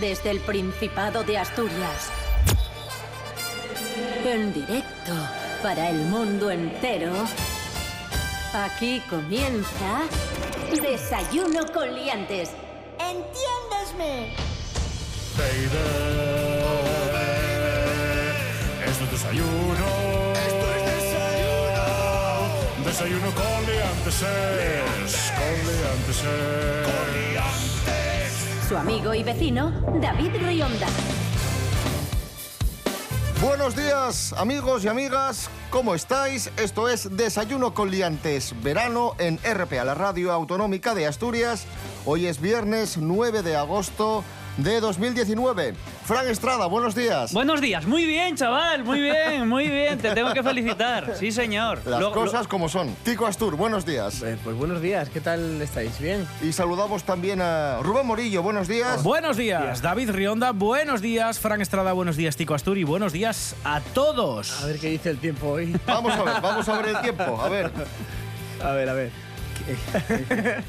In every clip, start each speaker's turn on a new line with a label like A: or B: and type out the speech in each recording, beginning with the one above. A: Desde el Principado de Asturias. En directo para el mundo entero. Aquí comienza Desayuno con Liantes.
B: ¡Entiéndesme!
C: Baby, oh, baby, esto es desayuno. Esto es desayuno. Desayuno con liantes. Con liantes. Con
A: Su amigo y vecino, David Rionda.
D: Buenos días, amigos y amigas. ¿Cómo estáis? Esto es Desayuno con Liantes, verano en RPA, la radio autonómica de Asturias. Hoy es viernes 9 de agosto de 2019. Fran Estrada, buenos días.
E: Buenos días, muy bien, chaval, muy bien, muy bien, te tengo que felicitar, sí señor.
D: Las
E: Lo- lo-
D: cosas como son. Tico Astur, buenos días.
F: Eh, pues buenos días, ¿qué tal estáis? ¿Bien?
D: Y saludamos también a Rubén Morillo, buenos días.
G: Buenos días, David Rionda. Buenos días, Fran Estrada. Buenos días, Tico Asturi. Buenos días a
F: A
G: todos.
F: ver qué dice el tiempo hoy.
D: Vamos a ver, vamos a ver el tiempo. A ver,
F: A ver, a ver.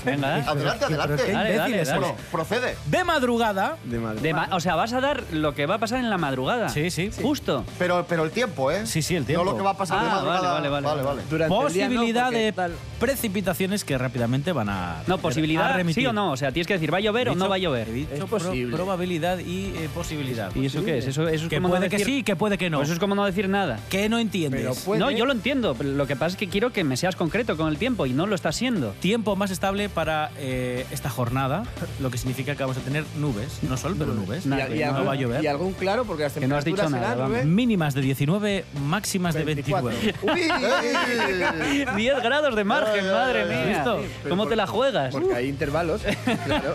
E: Venga, dale.
D: adelante, adelante.
E: Dale, dale,
G: imbéciles
E: dale.
D: Bueno, procede.
G: De madrugada.
F: De madre.
E: De ma- o sea, vas a dar lo que va a pasar en la madrugada.
G: Sí, sí. Sí.
E: Justo.
D: Pero, pero el tiempo, ¿eh?
G: Sí, sí, el tiempo.
D: No lo que va a pasar de
E: Ah, vale,
D: madrugada.
E: vale, vale, vale.
F: Durante el día no,
G: posibilidad
F: porque
G: de
F: tal-
G: precipitaciones que rápidamente van a.
E: No,
G: a
E: posibilidad,
G: remitir.
E: sí o no. O sea, tienes que decir, ¿va a
G: He
E: llover o
G: dicho-
E: no va a
G: he
E: llover?
G: dicho
F: Es
G: pro-
F: posible.
G: probabilidad y eh, posibilidad.
E: ¿Y eso qué es? Eso, eso es
G: que
E: como
G: puede
E: no
G: que
E: decir-
G: sí, que puede que no.
E: Pues eso es como no decir nada.
G: ¿Qué no entiendes?
F: Pero puede-
E: No, yo lo entiendo. pero Lo que pasa es que quiero que me seas concreto con el tiempo y no lo estás siendo.
G: Tiempo más estable para eh, esta jornada, lo que significa que vamos a tener nubes, no sol, pero nubes.
F: y,
E: Nada,
F: y
G: Ah, no
F: algún,
G: va a llover.
F: y algún claro, porque las
E: Que no has
F: temperaturas
E: dicho nada,
F: serán
E: vamos.
F: nueve,
G: Mínimas de 19, máximas de 24.
F: 24. ¡Uy!
E: 10 grados de margen,
D: Ay, ay,
E: madre
D: ay,
E: mía.
G: ¿Listo?
F: pero
E: ¿Cómo
F: por-
E: te la juegas?
F: Porque hay intervalos, claro.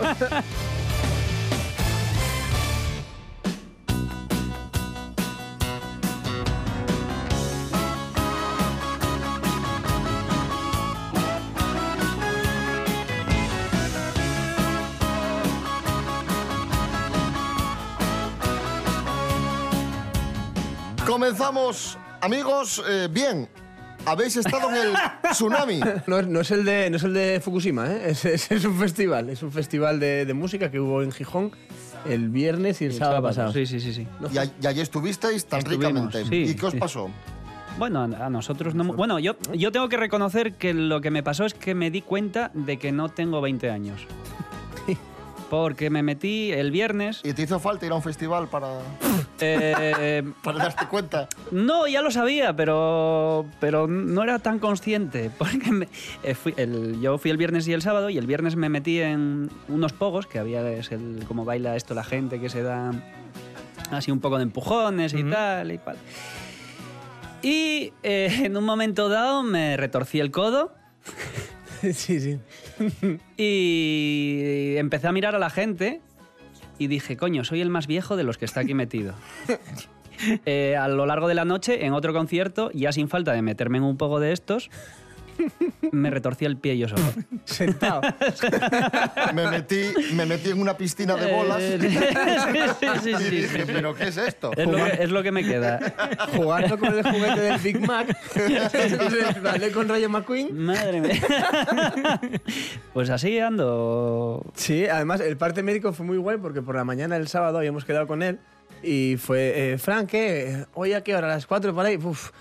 D: Comenzamos, amigos, eh, bien. Habéis estado en el tsunami.
F: No, es- no es el de, no es el de Fukushima, ¿eh? es, es- es un festival. Es un festival de, de música que hubo en Gijón el viernes y el, sábado, pasado.
E: Sí, sí, sí, sí.
D: Y, a- y allí estuvisteis tan
E: Estuvimos,
D: ricamente.
E: sí,
D: ¿Y qué os
E: sí.
D: pasó?
E: Bueno, a a nosotros no. mu- Bueno, yo, yo tengo que reconocer que lo que me pasó es que me di cuenta de que no tengo 20 años. Porque me metí el viernes.
D: ¿Y te hizo falta ir a un festival para,
E: eh,
D: para darte cuenta?
E: no, ya lo sabía, pero, pero no era tan consciente. Porque me- eh, fui- el- yo fui el viernes y el sábado, y el viernes me metí en unos pogos, que había es el, como baila esto la gente, que se da así un poco de empujones y tal y tal. Y eh, en un momento dado me retorcí el codo.
F: sí, sí.
E: Y empecé a mirar a la gente y dije, coño, soy el más viejo de los que está aquí metido. Eh, a lo largo de la noche, en otro concierto, ya sin falta de meterme en un poco de estos, me retorcí el pie yo solo.
F: Sentado.
D: Me metí, me metí en una piscina de bolas.
E: Eh, sí, sí,
D: Y
E: sí, sí, sí. Eh.
D: dije, ¿pero qué es esto?
E: Es lo, que, es lo que me queda.
F: Jugando con el juguete del Big Mac. Entonces, dale con Rayo McQueen.
E: Madre mía. Pues así ando.
F: Sí, además el parte médico fue muy guay porque por la mañana el sábado habíamos quedado con él y fue, eh, Frank, ¿qué? ¿Hoy a qué hora? ¿A las 4 para ahí? Uf,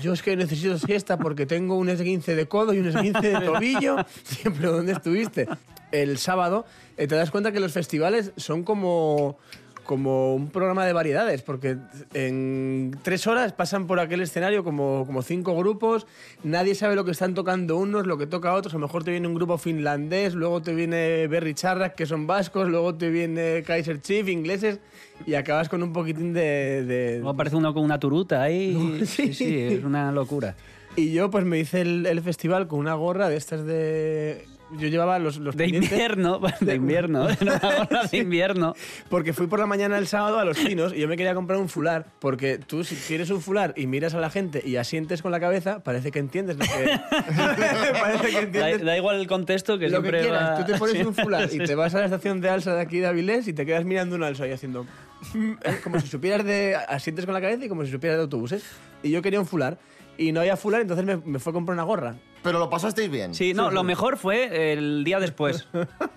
F: yo es que necesito siesta porque tengo un esguince de codo y un esguince de tobillo. Siempre, ¿dónde estuviste? El sábado eh, te das cuenta que los festivales son como, como un programa de variedades porque en tres horas pasan por aquel escenario como, como cinco grupos, nadie sabe lo que están tocando unos, lo que toca otros, a lo mejor te viene un grupo finlandés, luego te viene Berry Charras, que son vascos, luego te viene Kaiser Chief, ingleses, y acabas con un poquitín de... de-
E: Luego aparece uno con una turuta ahí. Sí, sí, es una locura.
F: Y yo pues me hice el, el festival con una gorra de estas de... Yo llevaba los, los
E: De
F: pendientes
E: invierno, de invierno, era una bola de invierno.
F: Porque fui por la mañana el sábado a los chinos y yo me quería comprar un fular. Porque tú, si tienes un fular y miras a la gente y asientes con la cabeza, parece que entiendes lo que. parece que
E: Da,
F: entiendes.
E: da igual el contexto que
F: lo que
E: siempre
F: quieras,
E: va-
F: tú te pones
E: Sí.
F: un fular y te vas a la estación de Alsa de aquí de Avilés y te quedas mirando un Alsa y haciendo eh, como si supieras de asientes con la cabeza y como si supieras de autobuses. Y yo quería un fular y no había fular, entonces me, me fue a comprar una gorra.
D: Pero lo pasasteis bien.
E: Sí, no, lo mejor fue el día después.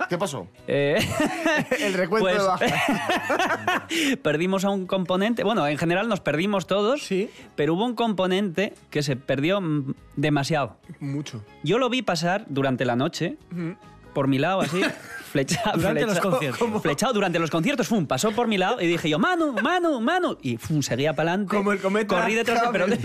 D: ¿Qué pasó?
E: Eh,
F: El recuento
E: pues,
F: de bajas.
E: perdimos a un componente. Bueno, en general nos perdimos todos,
F: Sí.
E: pero hubo un componente que se perdió mm, demasiado.
F: Mucho.
E: Yo lo vi pasar durante la noche, por mi lado, así, flechado.
G: Durante los
E: flechado-
G: conciertos. ¿Cómo?
E: Flechado durante los conciertos, fum, pasó por mi lado y dije yo, Manu, Manu, Manu. Y fum, seguía para adelante.
F: Como el cometa
E: Corrí detrás, pero.
F: Hubble.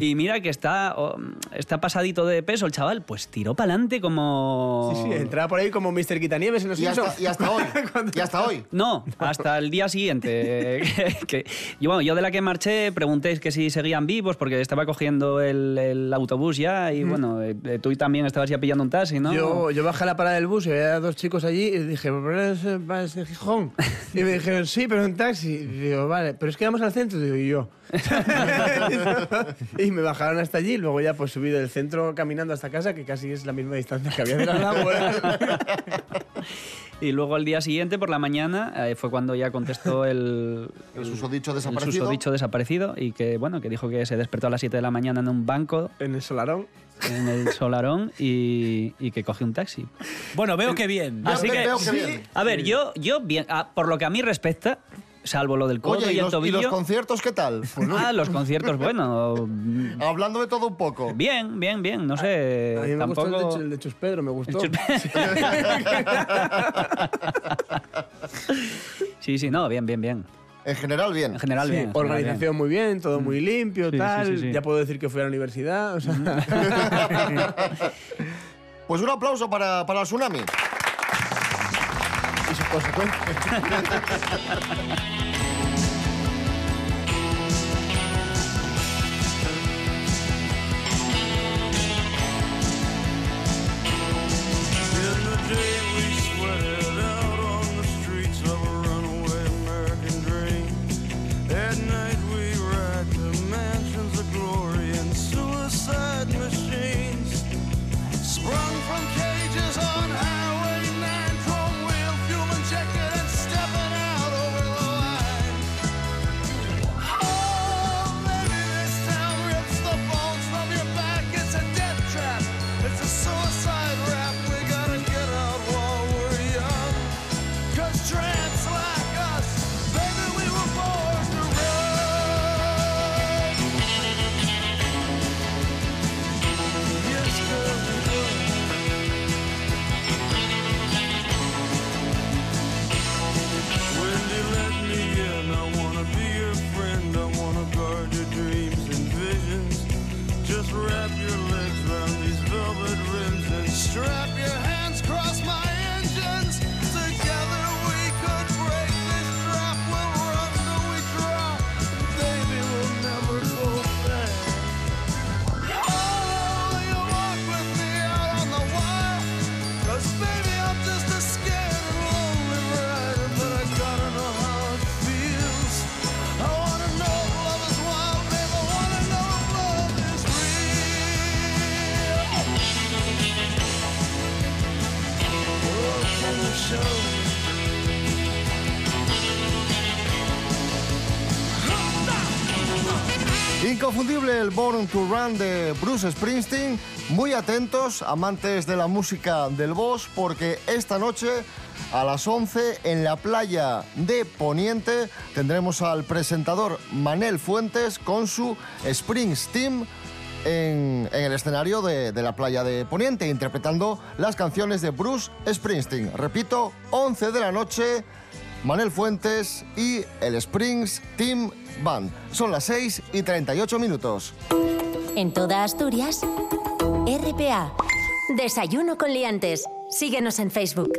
E: y mira que está, oh, está pasadito de peso el chaval, pues tiró para adelante como.
F: Sí, sí, entraba por ahí como Mr. Quitanieves en los
D: Y hasta,
F: Simpsons.
D: y hasta hoy.
F: Cuando-
D: Y hasta hoy.
E: No, hasta el día siguiente. que, que- yo, bueno, yo de la que marché preguntéis que si seguían vivos porque estaba cogiendo el, el autobús ya y bueno, eh, eh, tú también estabas ya pillando un taxi, ¿no?
F: Yo, yo bajé a la parada del bus y había dos chicos allí y dije, ¿pero eres eh, vas de Gijón? Y me dijeron, sí, pero en taxi. Y digo, vale, pero es que vamos al centro. Digo, y yo. y me bajaron hasta allí. Luego ya pues subí del centro caminando hasta casa, que casi es la misma distancia que había de la lámpara.
E: Y luego el día siguiente, por la mañana, eh, fue cuando ya contestó el...
D: El susodicho
E: el
D: desaparecido.
E: susodicho desaparecido y que, bueno, que dijo que se despertó a las 7 de la mañana en un banco,
F: en el solarón.
E: en el Solarón, y, y que cogió un taxi.
G: Bueno, veo que bien.
D: Ya
E: Así
D: ve-
E: que-
D: veo
E: sí.
D: bien.
E: A ver, yo, yo bien, ah, por lo que a mí respecta, salvo lo del codo
D: Oye,
E: y,
D: ¿y
E: el
D: los, y
E: tobillo...
D: los conciertos qué tal? Pues no.
E: Ah, los conciertos, bueno. mm,
D: Hablando de todo un poco.
E: Bien, bien, bien. No
F: A mí
E: sé.
F: me gustó el de,
E: Tampoco.
F: Chus- el de Chus Pedro, me gustó.
E: El Sí, sí, no, bien, bien, bien.
D: En general, bien.
E: En general,
F: Sí,
E: bien. en general, bien.
F: organización muy bien, todo muy limpio,
E: Sí, sí,
F: tal.
E: sí, sí.
F: Ya puedo decir que fui a la universidad. O sea,
D: Pues un aplauso para, para el tsunami.
F: y sus consecuencias.
H: In the day we sweated out on the streets of a runaway American dream. At night we ride the mansions of glory and suicide machines. Sprung from cages on Highway 9, drum wheel, fuel injected and stepping out over the line. Oh, baby, this town rips the bones from your back. It's a death trap. It's a suicide rap. We gotta get out while we're young. 'Cause tramps like us, baby, we were born to run. Yes, girl, we run. Wendy, let me in. I wanna be your friend. I wanna guard your dreams and visions. Just wrap your legs around these velvet rims and strap your hands across my engines. Together we could break this trap. We'll run till we drop. Baby, we'll never go back. Oh, you walk with me out on the wire. 'Cause baby, I'm just a scared and lonely rider, but I gotta know how it feels. I wanna know if love is wild, babe. I wanna know if love is real. Oh, can you show me?
D: Inconfundible el Born to Run de Bruce Springsteen. Muy atentos, amantes de la música del boss, porque esta noche a las 11 en la playa de Poniente tendremos al presentador Manel Fuentes con su Springsteen en, en el escenario de, de la playa de Poniente, interpretando las canciones de Bruce Springsteen. Repito, 11 de la noche, Manel Fuentes y el Springs Team Band. Son las 6 y 38 minutos.
I: En toda Asturias, RPA. Desayuno con liantes. Síguenos en Facebook.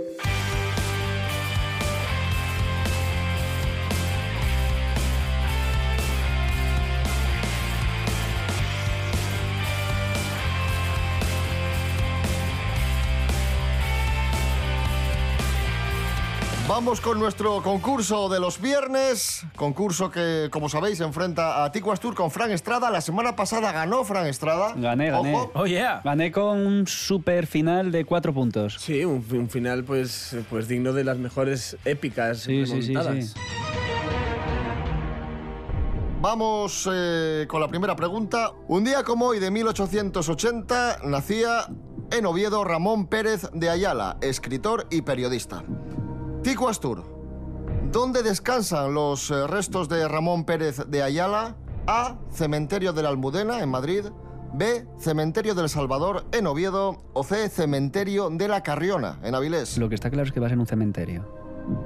D: Vamos con nuestro concurso de los viernes, concurso que, como sabéis, enfrenta a Tico Astur con Fran Estrada. La semana pasada ganó Fran Estrada.
E: Gané, gané.
D: Ojo.
G: Oh, yeah.
E: Gané con un super final de cuatro puntos.
F: Sí, un, fi- un final pues, eh, pues digno de las mejores épicas
E: Sí, sí, sí,
F: remontadas.
E: sí.
D: Vamos eh, con la primera pregunta. Un día como hoy de 1880 nacía en Oviedo Ramón Pérez de Ayala, escritor y periodista. Tico Astur, ¿dónde descansan los eh, restos de Ramón Pérez de Ayala? A. Cementerio de la Almudena en Madrid. B. Cementerio del Salvador en Oviedo. O C. Cementerio de la Carriona en Avilés.
E: Lo que está claro es que vas en un cementerio.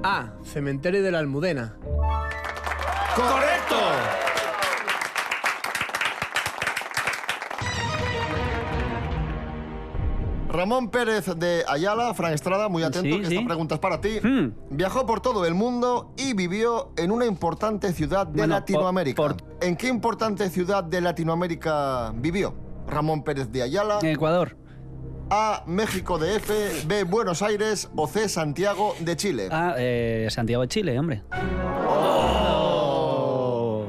F: A. Ah, Cementerio de la Almudena.
D: ¡Correcto! Ramón Pérez de Ayala, Fran Estrada, muy atento,
E: Sí,
D: que
E: sí.
D: esta pregunta es para ti.
E: Hmm.
D: Viajó por todo el mundo y vivió en una importante ciudad de
E: Bueno,
D: Latinoamérica.
E: por-
D: ¿En qué importante ciudad de Latinoamérica vivió? Ramón Pérez de Ayala,
E: En Ecuador.
D: A, México de F, B, Buenos Aires o C, Santiago de Chile.
E: Ah, eh, Santiago de Chile, hombre.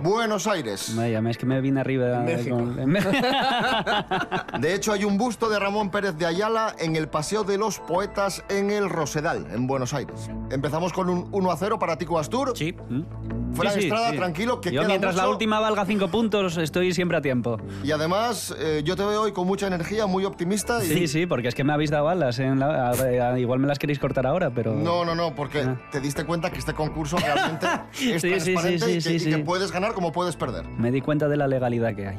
D: Buenos Aires.
E: Vaya, es que me vine arriba.
F: En México.
E: en México.
D: De hecho, hay un busto de Ramón Pérez de Ayala en el Paseo de los Poetas en el Rosedal, en Buenos Aires. Empezamos con un 1 a 0 para Tico Astur.
G: Sí.
D: Fran
E: ¿Mm? Sí, sí,
D: Estrada,
E: sí.
D: tranquilo, que
E: Yo
D: queda
E: mientras la
D: mucho.
E: última valga cinco puntos, estoy siempre a tiempo.
D: Y además, eh, yo te veo hoy con mucha energía, muy optimista. y-
E: Sí, sí, porque es que me habéis dado alas. ¿eh? en la- a- a- igual me las queréis cortar ahora, pero.
D: No, no, no, porque te diste cuenta que este concurso realmente es
E: Ah. Sí, sí, sí,
D: transparente
E: sí,
D: y, que,
E: sí,
D: y
E: sí.
D: que puedes ganar como puedes perder.
E: Me di cuenta de la legalidad que hay.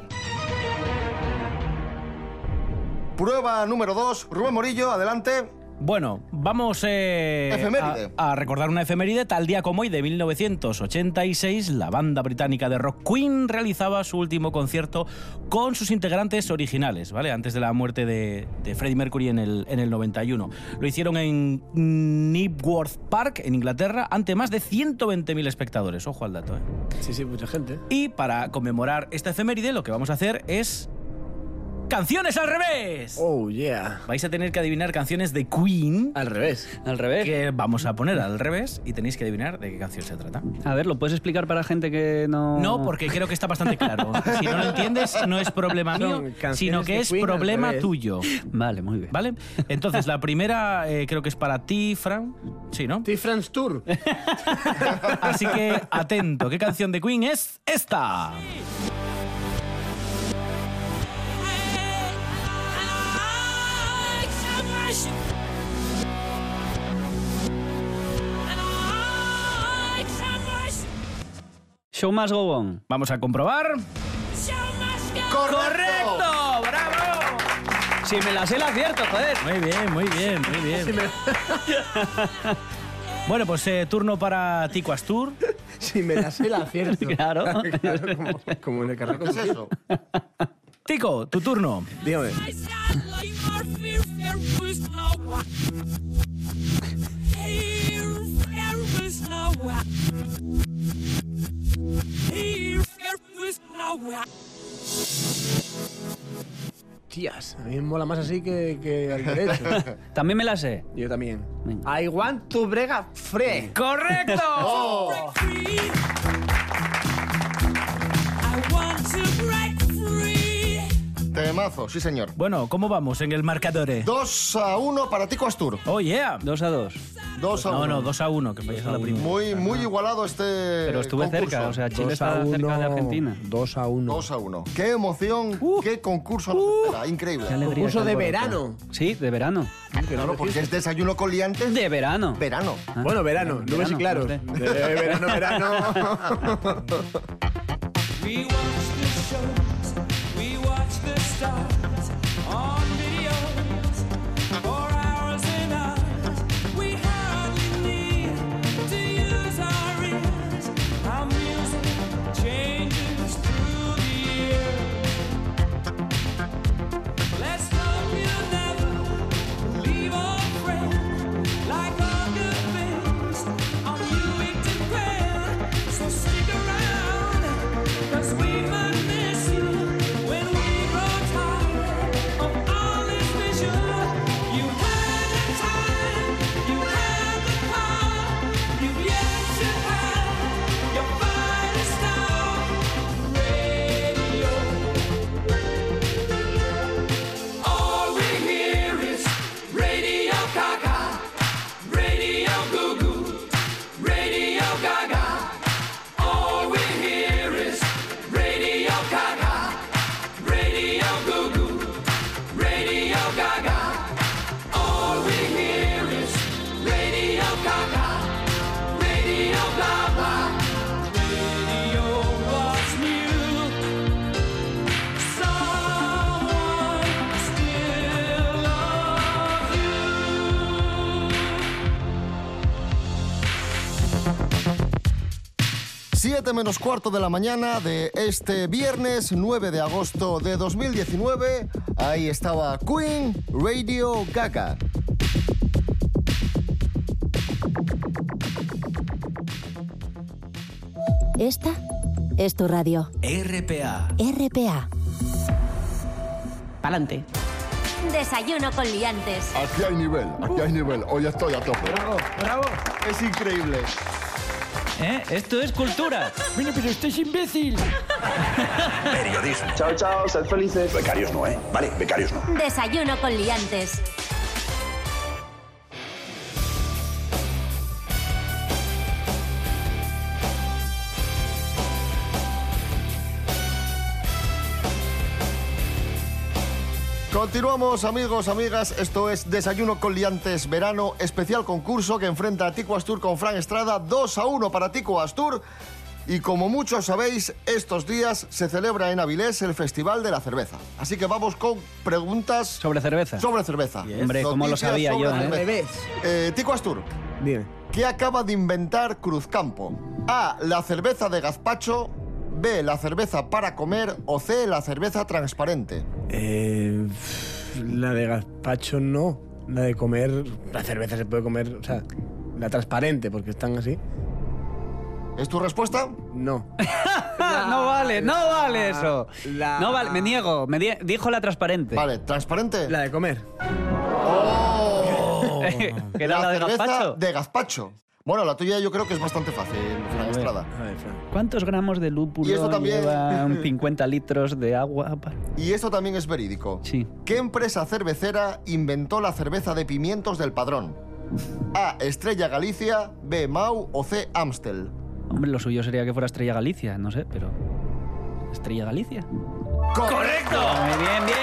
D: Prueba número 2, Rubén Morillo, adelante.
G: Bueno, vamos eh,
D: Efeméride.
G: a, a recordar una efeméride. Tal día como hoy, de 1986, la banda británica de rock Queen realizaba su último concierto con sus integrantes originales, ¿vale? Antes de la muerte de, de Freddie Mercury en el, en el 91. Lo hicieron en Nibworth Park, en Inglaterra, ante más de 120.000 espectadores. Ojo al dato, ¿eh?
F: Sí, sí, mucha gente.
G: Y para conmemorar esta efeméride, lo que vamos a hacer es. ¡Canciones al revés!
F: Oh, yeah.
G: Vais a tener que adivinar canciones de Queen
F: Al revés.
E: Al revés.
G: que vamos a poner al revés y tenéis que adivinar de qué canción se trata.
F: Ah.
E: A ver, ¿lo puedes explicar para gente que no.?
G: No, porque creo que está bastante claro. Si no lo entiendes, no es problema
F: Son
G: mío,
F: canciones
G: sino
F: de
G: que es
F: Queen al
G: problema
F: revés.
G: tuyo.
E: Vale, muy bien.
G: ¿Vale? Entonces, la primera eh, creo que es para ti, Fran. Sí, ¿no?
F: Tifrance Tour.
G: Así que atento. ¿Qué canción de Queen es esta?
E: Show must go on.
G: Vamos a comprobar. ¡Correcto! ¡Bravo!
E: Si me la sé, la acierto, joder.
G: Muy bien, muy bien, muy bien. Bueno, pues eh, turno para Tico Astur.
F: Si me la sé, la acierto.
E: Claro.
F: Claro, como, como en el carril.
D: ¿Qué es eso?
G: Tico, tu turno.
F: Dígame. Tías, a mí me mola más así que, que al derecho.
E: También me la sé.
F: Yo también.
E: Venga.
F: I want to brega free.
G: ¡Correcto!
D: Temazo, sí señor.
G: Bueno, ¿cómo vamos en el marcador?
D: 2 a 1 para Tico Astur.
G: Oh, yeah.
E: Dos a dos.
D: 2 a
E: Pues
D: 1.
G: No, no, 2 a 1, que me la primera.
D: Muy, muy igualado este.
E: Pero estuve
D: concurso.
E: cerca, o sea, Chile
F: Dos
E: está
F: a
E: cerca
F: uno.
E: de Argentina.
F: 2 a 1.
D: 2 a 1. Qué emoción, qué concurso nos espera, increíble.
E: Uh. Qué alegría,
F: Concurso
E: qué
F: de
E: alboroto.
F: verano.
E: Sí, de verano.
D: Claro, porque es desayuno con liantes de
E: De verano.
D: verano.
F: Bueno, verano, nubes y
E: verano,
F: claros. Eh, verano,
E: Ah,
F: verano.
J: Cause we might miss you when we grow tired of all
D: 7 menos cuarto de la mañana de este viernes 9 de agosto de 2019. Ahí estaba Queen Radio Gaga.
I: Esta es tu radio.
G: RPA.
I: RPA.
J: Pa'lante.
I: Desayuno con liantes.
K: Aquí hay nivel, aquí hay nivel. Hoy estoy a tope.
D: Es increíble.
G: ¿Eh? Esto es cultura.
J: Bueno, pero usted es imbécil.
L: Periodismo. Chao, chao, sed felices. Becarios no, ¿eh? Vale, becarios no.
I: Desayuno con liantes.
D: Continuamos amigos, amigas, esto es Desayuno con Liantes Verano, especial concurso que enfrenta a Tico Astur con Fran Estrada, 2 a 1 para Tico Astur. Y como muchos sabéis, estos días se celebra en Avilés el Festival de la Cerveza. Así que vamos con preguntas
E: Sobre cerveza.
D: sobre cerveza.
E: Hombre, cómo lo
D: Noticias
E: sabía
D: sobre
E: yo,
D: cerveza.
E: ¿eh?
F: Al revés.
D: Eh, Tico Astur,
F: Dime.
D: ¿qué acaba de inventar Cruzcampo? A, la cerveza de gazpacho, B, la cerveza para comer o C, la cerveza transparente.
F: Eh, pf, la de gazpacho no. La de comer. La cerveza se puede comer. O sea, la transparente, porque están así.
D: ¿Es tu respuesta?
F: No.
G: Ah,
E: no vale, no vale eso.
F: la-
E: No vale, me niego. Me di- dijo la transparente.
D: Vale, transparente.
F: La de comer.
E: que era la, de
D: cerveza
E: gazpacho.
D: de gazpacho. Bueno, la tuya yo creo que es bastante fácil, Fran Estrada.
F: A ver, Fran.
E: ¿Cuántos gramos de lúpulo
D: Y esto también.
E: llevan 50 litros de agua? para-
D: Y esto también es verídico.
E: Sí.
D: ¿Qué empresa cervecera inventó la cerveza de pimientos del padrón? A. Estrella Galicia, B. Mau o C. Amstel.
E: Hombre, lo suyo sería que fuera Estrella Galicia, no sé, pero... ¿Estrella Galicia?
D: ¡Correcto!
E: Muy bien, bien.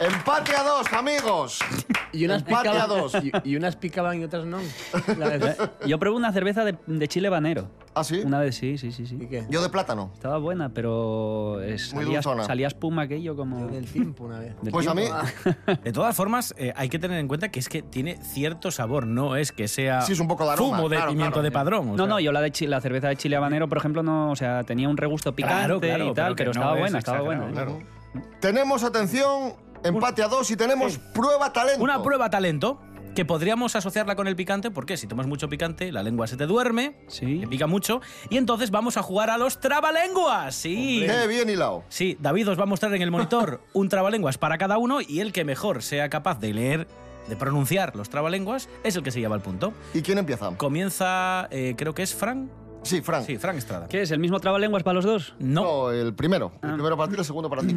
D: Empate a dos, amigos.
F: Y unas
D: Empate a
F: picaban.
D: dos.
F: Y, y unas picaban y otras no. La de-
E: Yo probé una cerveza de, de chile banero.
D: ¿Ah, sí?
E: Una vez, sí, sí, sí,
F: ¿Y
E: sí.
F: qué?
D: Yo de plátano.
E: Estaba buena, pero eh, salía,
D: dulzona.
E: salía espuma aquello como...
F: Yo del tiempo una vez.
E: del
D: Pues a mí,
E: tiempo.
G: De todas formas, eh, hay que tener en cuenta que es que tiene cierto sabor, no es que sea
D: Sí, es un poco de aroma,
G: fumo de
D: claro,
G: pimiento
D: claro.
G: de padrón. o
E: No,
G: sea.
E: no, yo la, de chi- la cerveza de chile habanero, por ejemplo, no, o sea, tenía un regusto picante
G: Claro, claro,
E: y tal,
G: que
E: pero,
G: no
E: estaba
G: es
E: buena, estaba buena.
G: exagerado, claro.
D: tenemos atención, empate a dos y tenemos prueba talento.
G: Una prueba talento que podríamos asociarla con el picante, porque si tomas mucho picante, la lengua se te duerme,
E: Sí.
G: te pica mucho, y entonces vamos a jugar a los trabalenguas. Sí.
D: ¡Qué bien hilado!
G: Sí, David os va a mostrar en el monitor un trabalenguas para cada uno y el que mejor sea capaz de leer, de pronunciar los trabalenguas, es el que se lleva el punto.
D: ¿Y quién empieza?
G: Comienza, eh, creo que es Fran.
D: Sí, Fran.
G: Sí, Fran Estrada.
E: ¿Qué es? ¿El mismo trabalenguas para los dos?
G: No,
D: No, el primero. El primero para ti, el segundo para ti.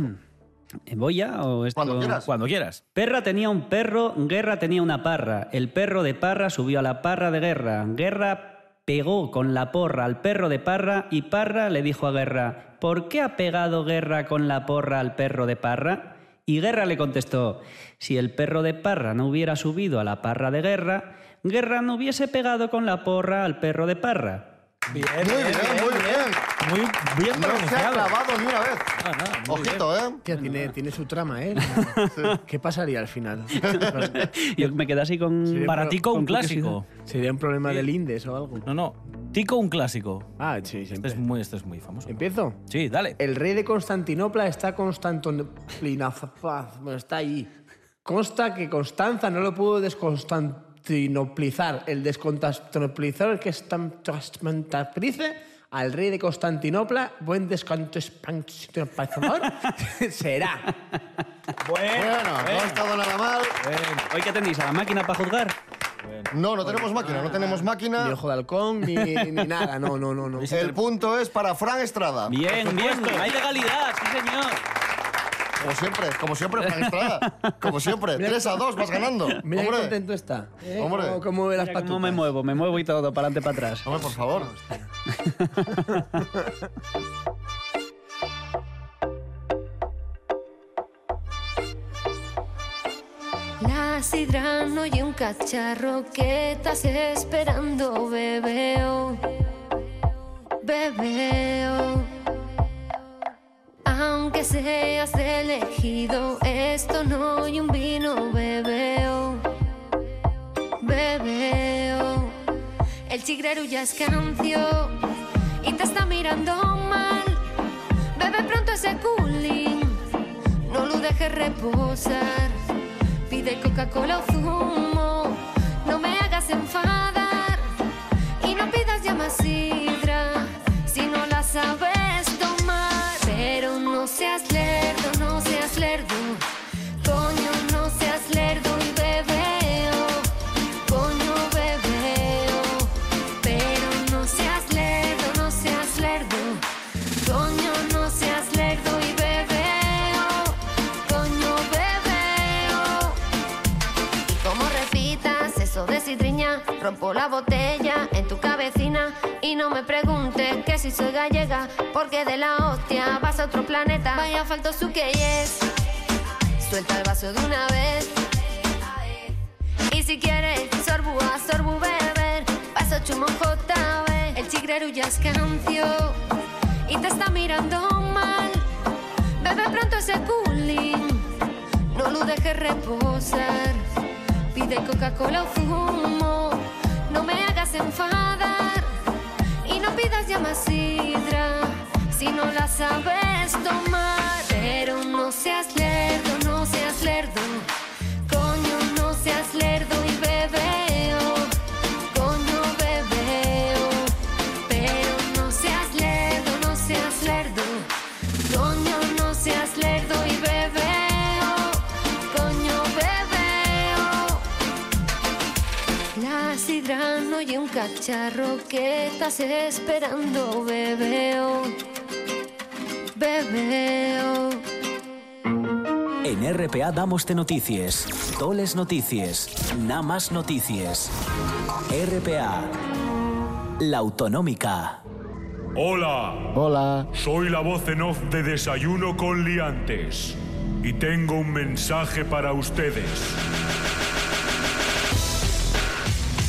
E: ¿Eh, ¿Voy ya o esto?
D: Cuando quieras.
G: cuando quieras.
E: Perra tenía un perro, guerra tenía una parra. El perro de parra subió a la parra de guerra. Guerra pegó con la porra al perro de parra y parra le dijo a guerra, ¿por qué ha pegado guerra con la porra al perro de parra? Y guerra le contestó, si el perro de parra no hubiera subido a la parra de guerra, guerra no hubiese pegado con la porra al perro de parra.
G: Bien,
D: Muy bien, muy bien.
G: Muy bien
D: No se ha
G: pronunciado.
D: clavado ni una vez. Ojito, ¿eh?
F: Tía, tiene, tiene su trama, ¿eh? ¿Qué pasaría al final?
E: Yo me quedé así con...
F: Sí,
G: Para
F: Pero
G: Tico un
E: con
G: clásico.
F: ¿Sería un problema del Indes o algo?
G: No, no. Tico un clásico.
F: Ah, sí,
G: Este
F: siempre.
G: es muy, este es muy famoso.
F: ¿Empiezo?
G: Sí,
E: Eh,
G: dale.
F: El rey de Constantinopla está Constantinopla. Bueno, está allí. Consta que Constanza no lo pudo desconstantinoplizar. El desconstantinoplizar es que es tan transmantaprice al rey de Constantinopla, buen descanto espantinopazador, será.
D: Bueno, no ha estado nada mal.
E: Hoy que tenéis a la máquina para juzgar.
D: No, no tenemos máquina, no tenemos
F: Ni
D: máquina.
F: ojo de halcón, ni, ni nada. No, no, no, no.
D: El punto es para Fran Estrada.
E: Bien, bien, hay legalidad, sí señor.
D: Como siempre, como siempre, Fran Estrada. Como siempre, 3 a 2, vas ganando.
F: Mira qué
D: Hombre,
F: contento está. ¿eh?
D: Hombre.
F: Cómo- cómo ve las
E: Mira cómo
F: patutas.
E: me muevo, me muevo y todo, para adelante, para atrás.
D: hombre, por favor.
B: La sidrano y un cacharro que estás esperando, bebeo. Bebeo. Aunque seas elegido, esto no y un vino, bebeo. Bebeo. El chigrero ya es cancio. y te está mirando mal. Bebe pronto ese cooling, no lo dejes reposar. Pide Coca-Cola o zumo, no me hagas enfadar. Y no pidas ya más sidra, si no la sabes tomar. Pero no seas lerdo, no seas lerdo. Coño, no seas lerdo y bebeo. Coño, bebeo. Pero no seas lerdo, no seas lerdo. Coño, no seas lerdo y bebeo. Coño, bebeo. Y como repitas eso de sidriña, rompo la botella en tu cabecina. Y no me preguntes que si soy gallega, porque de la hostia vas a otro planeta. Vaya, faltó su que es. Suelta el vaso de una vez. Y si quieres, sorbu a sorbu beber. Paso chumo JB. El chigrero ya es cancio. Y te está mirando mal. Bebe pronto ese cooling. No lo dejes reposar. Pide Coca-Cola o fumo. No me hagas enfadar. Y no pidas ya más sidra si no la sabes tomar. Pero no seas lerdo, no seas lerdo. Coño, no seas lerdo y bebeo. Coño, bebeo. Pero no seas lerdo, no seas lerdo. Coño, no seas lerdo y bebeo. Coño, bebeo. La sidra no y un cacharro que estás esperando, bebeo. Bebeo.
M: En RPA damos de noticias, toles noticias, nada más noticias. RPA, la autonómica.
N: Hola,
M: Hola.
N: soy la voz en off de Desayuno con Liantes y tengo un mensaje para ustedes.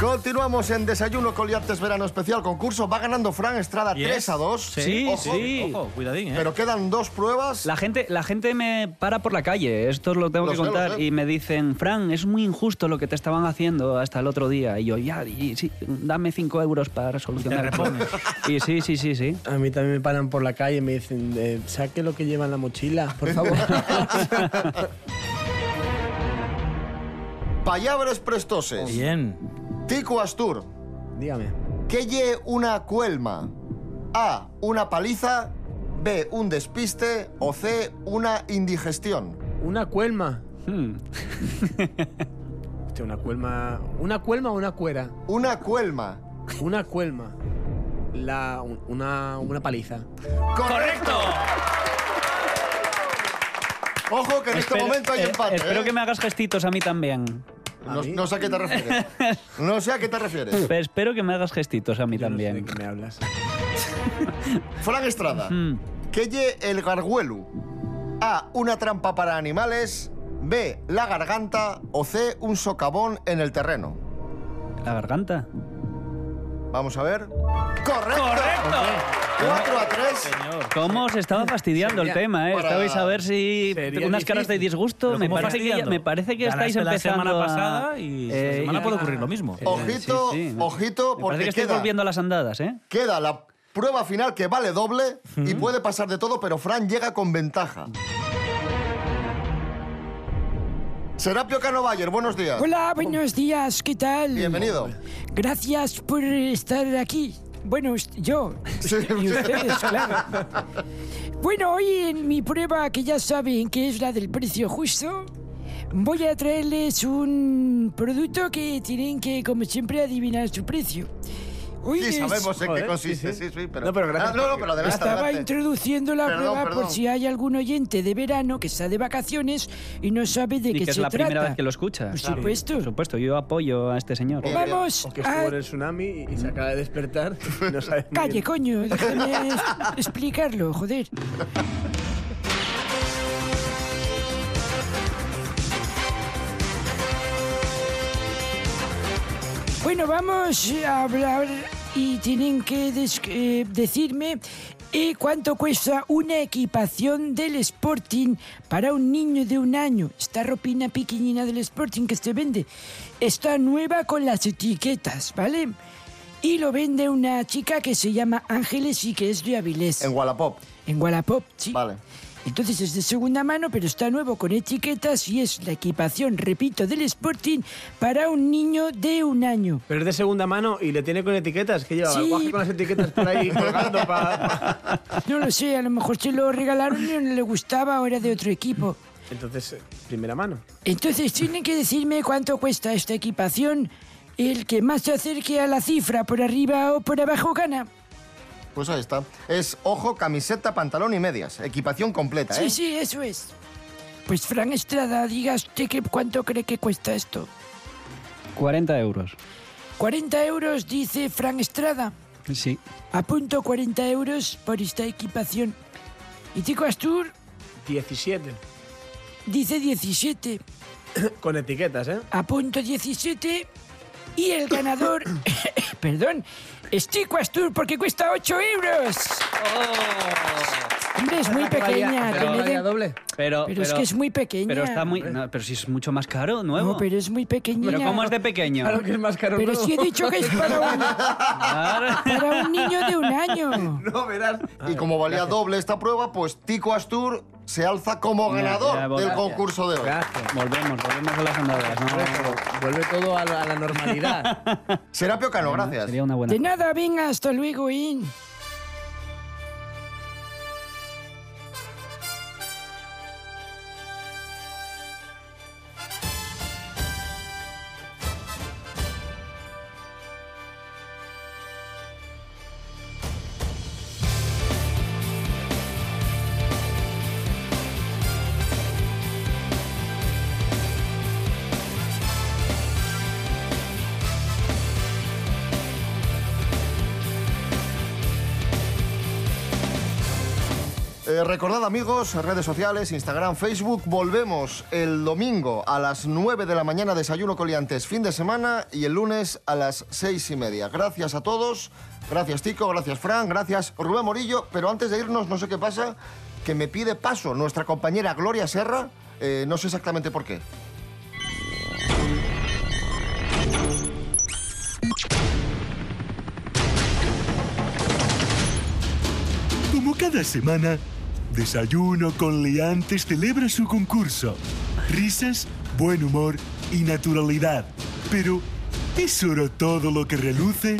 D: Continuamos en Desayuno Coliantes Verano Especial Concurso. Va ganando Fran Estrada 3 a 2.
E: Sí, sí. Ojo,
G: cuidadín, ¿eh?
D: Pero quedan dos pruebas.
E: La gente, la gente me para por la calle, esto lo tengo
D: Lo
E: que
D: sé, lo
E: contar,
D: sé.
E: y me dicen, Fran, es muy injusto lo que te estaban haciendo hasta el otro día. Y yo, ya, y sí, dame 5 euros para solucionar. el problema". Y sí, sí, sí, sí.
F: A mí también me paran por la calle y me dicen, eh, saque lo que lleva en la mochila, por favor.
D: Payabres prestoses.
G: Bien.
D: Tico Astur.
F: Dígame.
D: Que lle una cuelma? A. Una paliza. B. Un despiste. O C. Una indigestión.
F: Una cuelma. Hostia, una cuelma. ¿Una cuelma o una cuera?
D: Una cuelma.
F: Una cuelma. La, un- una, una paliza.
D: ¡Correcto! Ojo que en este
E: Espero-
D: momento hay
E: eh,
D: empate.
E: Espero
D: ¿eh?
E: que me hagas gestitos a mí también.
D: No, no sé a qué te refieres. No sé a qué te refieres.
E: Pero espero que me hagas gestitos a mí también.
F: de qué me hablas.
D: Fran Estrada.
E: Mm.
D: Que lle el garguelu? A. Una trampa para animales. B. La garganta. O C. Un socavón en el terreno.
E: La garganta.
D: Vamos a ver. ¡Correcto! ¡Correcto! 4 a 3.
E: ¿Cómo os estaba fastidiando el
D: Sería
E: tema? Eh?
D: para-
E: Estabais a ver si
D: Sería
E: unas caras de
D: difícil.
E: disgusto.
D: Pero
E: Me
D: ¿cómo
E: parece, que, ya-
D: fastidiando?
E: me parece que
G: Ganaste
E: estáis
G: la
E: empezando a-
G: semana pasada y esta semana puede ocurrir lo mismo.
E: Eh,
D: Ojito,
E: sí, sí, me-
D: ojito,
E: me
D: porque
E: parece que estoy
D: queda,
E: volviendo a las andadas, ¿eh?
D: queda la prueba final que vale doble y puede pasar de todo, pero Fran llega con ventaja. Serapio Cano Bayer, buenos días.
J: Hola, buenos días, ¿qué tal?
D: Bienvenido.
J: Gracias por estar aquí. Bueno, est- yo. Y ustedes, claro. Bueno, hoy en mi prueba, que ya saben que es la del precio justo, voy a traerles un producto que tienen que, como siempre, adivinar su precio.
B: Uy,
D: sí,
B: es-
D: sabemos en qué
B: Joder,
D: consiste, sí,
B: sí,
D: sí,
B: sí.
D: pero...
B: No, pero gracias
D: Ah, no, no,
B: porque-
D: pero adelante,
B: Estaba
D: adelante.
B: introduciendo la
D: Perdón,
B: prueba
D: perdón.
B: por si hay algún oyente de verano que está de vacaciones y no sabe de
E: Y
B: qué
E: que es
B: se
E: la
B: trata. Pues
E: primera vez que lo escucha.
B: Por
E: Claro.
B: supuesto.
E: Por supuesto, yo apoyo a este señor.
B: Vamos
F: O que
B: a-
F: estuvo en el tsunami y se acaba de despertar. y No sabe muy
B: Calle,
F: bien.
B: coño, déjame es- explicarlo, joder. Bueno, vamos a hablar y tienen que des- eh, decirme eh, cuánto cuesta una equipación del Sporting para un niño de un año. Esta ropina pequeñina del Sporting que se vende. Está nueva con las etiquetas, ¿vale? Y lo vende una chica que se llama Ángeles y que es de Avilés. En
D: Wallapop.
B: En Wallapop, sí.
D: Vale.
B: Entonces es de segunda mano, pero está nuevo con etiquetas y es la equipación, repito, del Sporting para un niño de un año.
F: Pero es de segunda mano y le tiene con etiquetas. que lleva?
B: Sí.
F: El guaje con las etiquetas por ahí colgando para...
B: No lo sé, a lo mejor se lo regalaron y no le gustaba o era de otro equipo.
F: Entonces, eh, primera mano.
B: Entonces tienen que decirme cuánto cuesta esta equipación. El que más se acerque a la cifra por arriba o por abajo gana.
D: Pues ahí está. Es ojo, camiseta, pantalón y medias. Equipación completa, ¿eh?
B: Sí, sí, eso es. Pues Fran Estrada, diga usted que cuánto cree que cuesta esto.
E: 40 euros.
B: 40 euros, dice Fran Estrada.
E: Sí.
B: Apunto 40 euros por esta equipación. Y Tico Astur
F: 17.
B: dice 17.
F: Con etiquetas, ¿eh?
B: Apunto 17. Y el ganador, perdón, es Tico Astur porque cuesta 8 euros. Hombre, es muy pequeña. que me den-
E: Pero,
B: Pero es que es muy pequeña.
E: Pero está muy. no, pero si es mucho más caro, nuevo.
B: No, pero es muy pequeña.
E: Pero ¿cómo es de pequeño?
F: Claro que es más caro.
B: Pero
F: nuevo.
B: si he dicho que es para un, para un niño de un año.
F: No, verás.
D: Y como valía doble esta prueba, pues Tico Astur se alza como
E: Ya,
D: ganador
E: ya,
D: del
E: gracias.
D: concurso de hoy.
E: Volvemos, volvemos a las andadas. ¿no?
F: Vuelve todo a la, a la normalidad.
D: Serapio Cano, gracias.
E: Sería una buena.
B: De nada, venga, hasta luego, In.
D: Eh, recordad amigos, redes sociales, Instagram, Facebook, volvemos el domingo a las 9 de la mañana, desayuno coliantes, fin de semana y el lunes a las 6 y media. Gracias a todos, gracias Tico, gracias Fran, gracias Rubén Morillo, pero antes de irnos, no sé qué pasa, que me pide paso nuestra compañera Gloria Serra, eh, no sé exactamente por qué.
N: Como cada semana, Desayuno con Liantes celebra su concurso. Risas, buen humor y naturalidad. Pero, ¿es oro todo lo que reluce?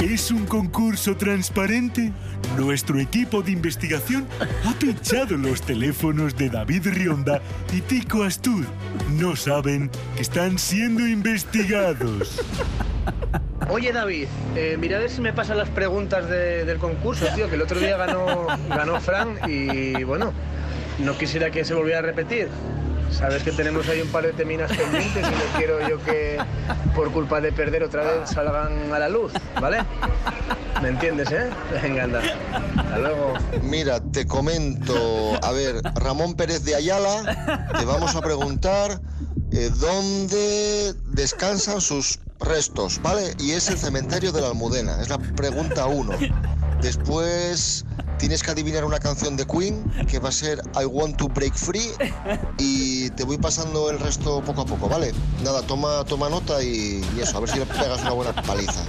N: ¿Es un concurso transparente? Nuestro equipo de investigación ha pinchado los teléfonos de David Rionda y Tico Astur. No saben que están siendo investigados.
F: Oye, David, eh, mira a ver si me pasan las preguntas de- del concurso, tío, que el otro día ganó, ganó Fran y bueno, no quisiera que se volviera a repetir. Sabes que tenemos ahí un par de teminas pendientes y no quiero yo que por culpa de perder otra vez salgan a la luz, ¿vale? ¿Me entiendes, eh? Venga, anda. Hasta luego.
O: Mira, te comento, a ver, Ramón Pérez de Ayala, te vamos a preguntar eh, dónde descansan sus restos, ¿vale? Y es el cementerio de la Almudena, es la pregunta uno. Después tienes que adivinar una canción de Queen, que va a ser I Want to Break Free, y te voy pasando el resto poco a poco, ¿vale? Nada, toma, toma nota y, y eso, a ver si le pegas una buena paliza.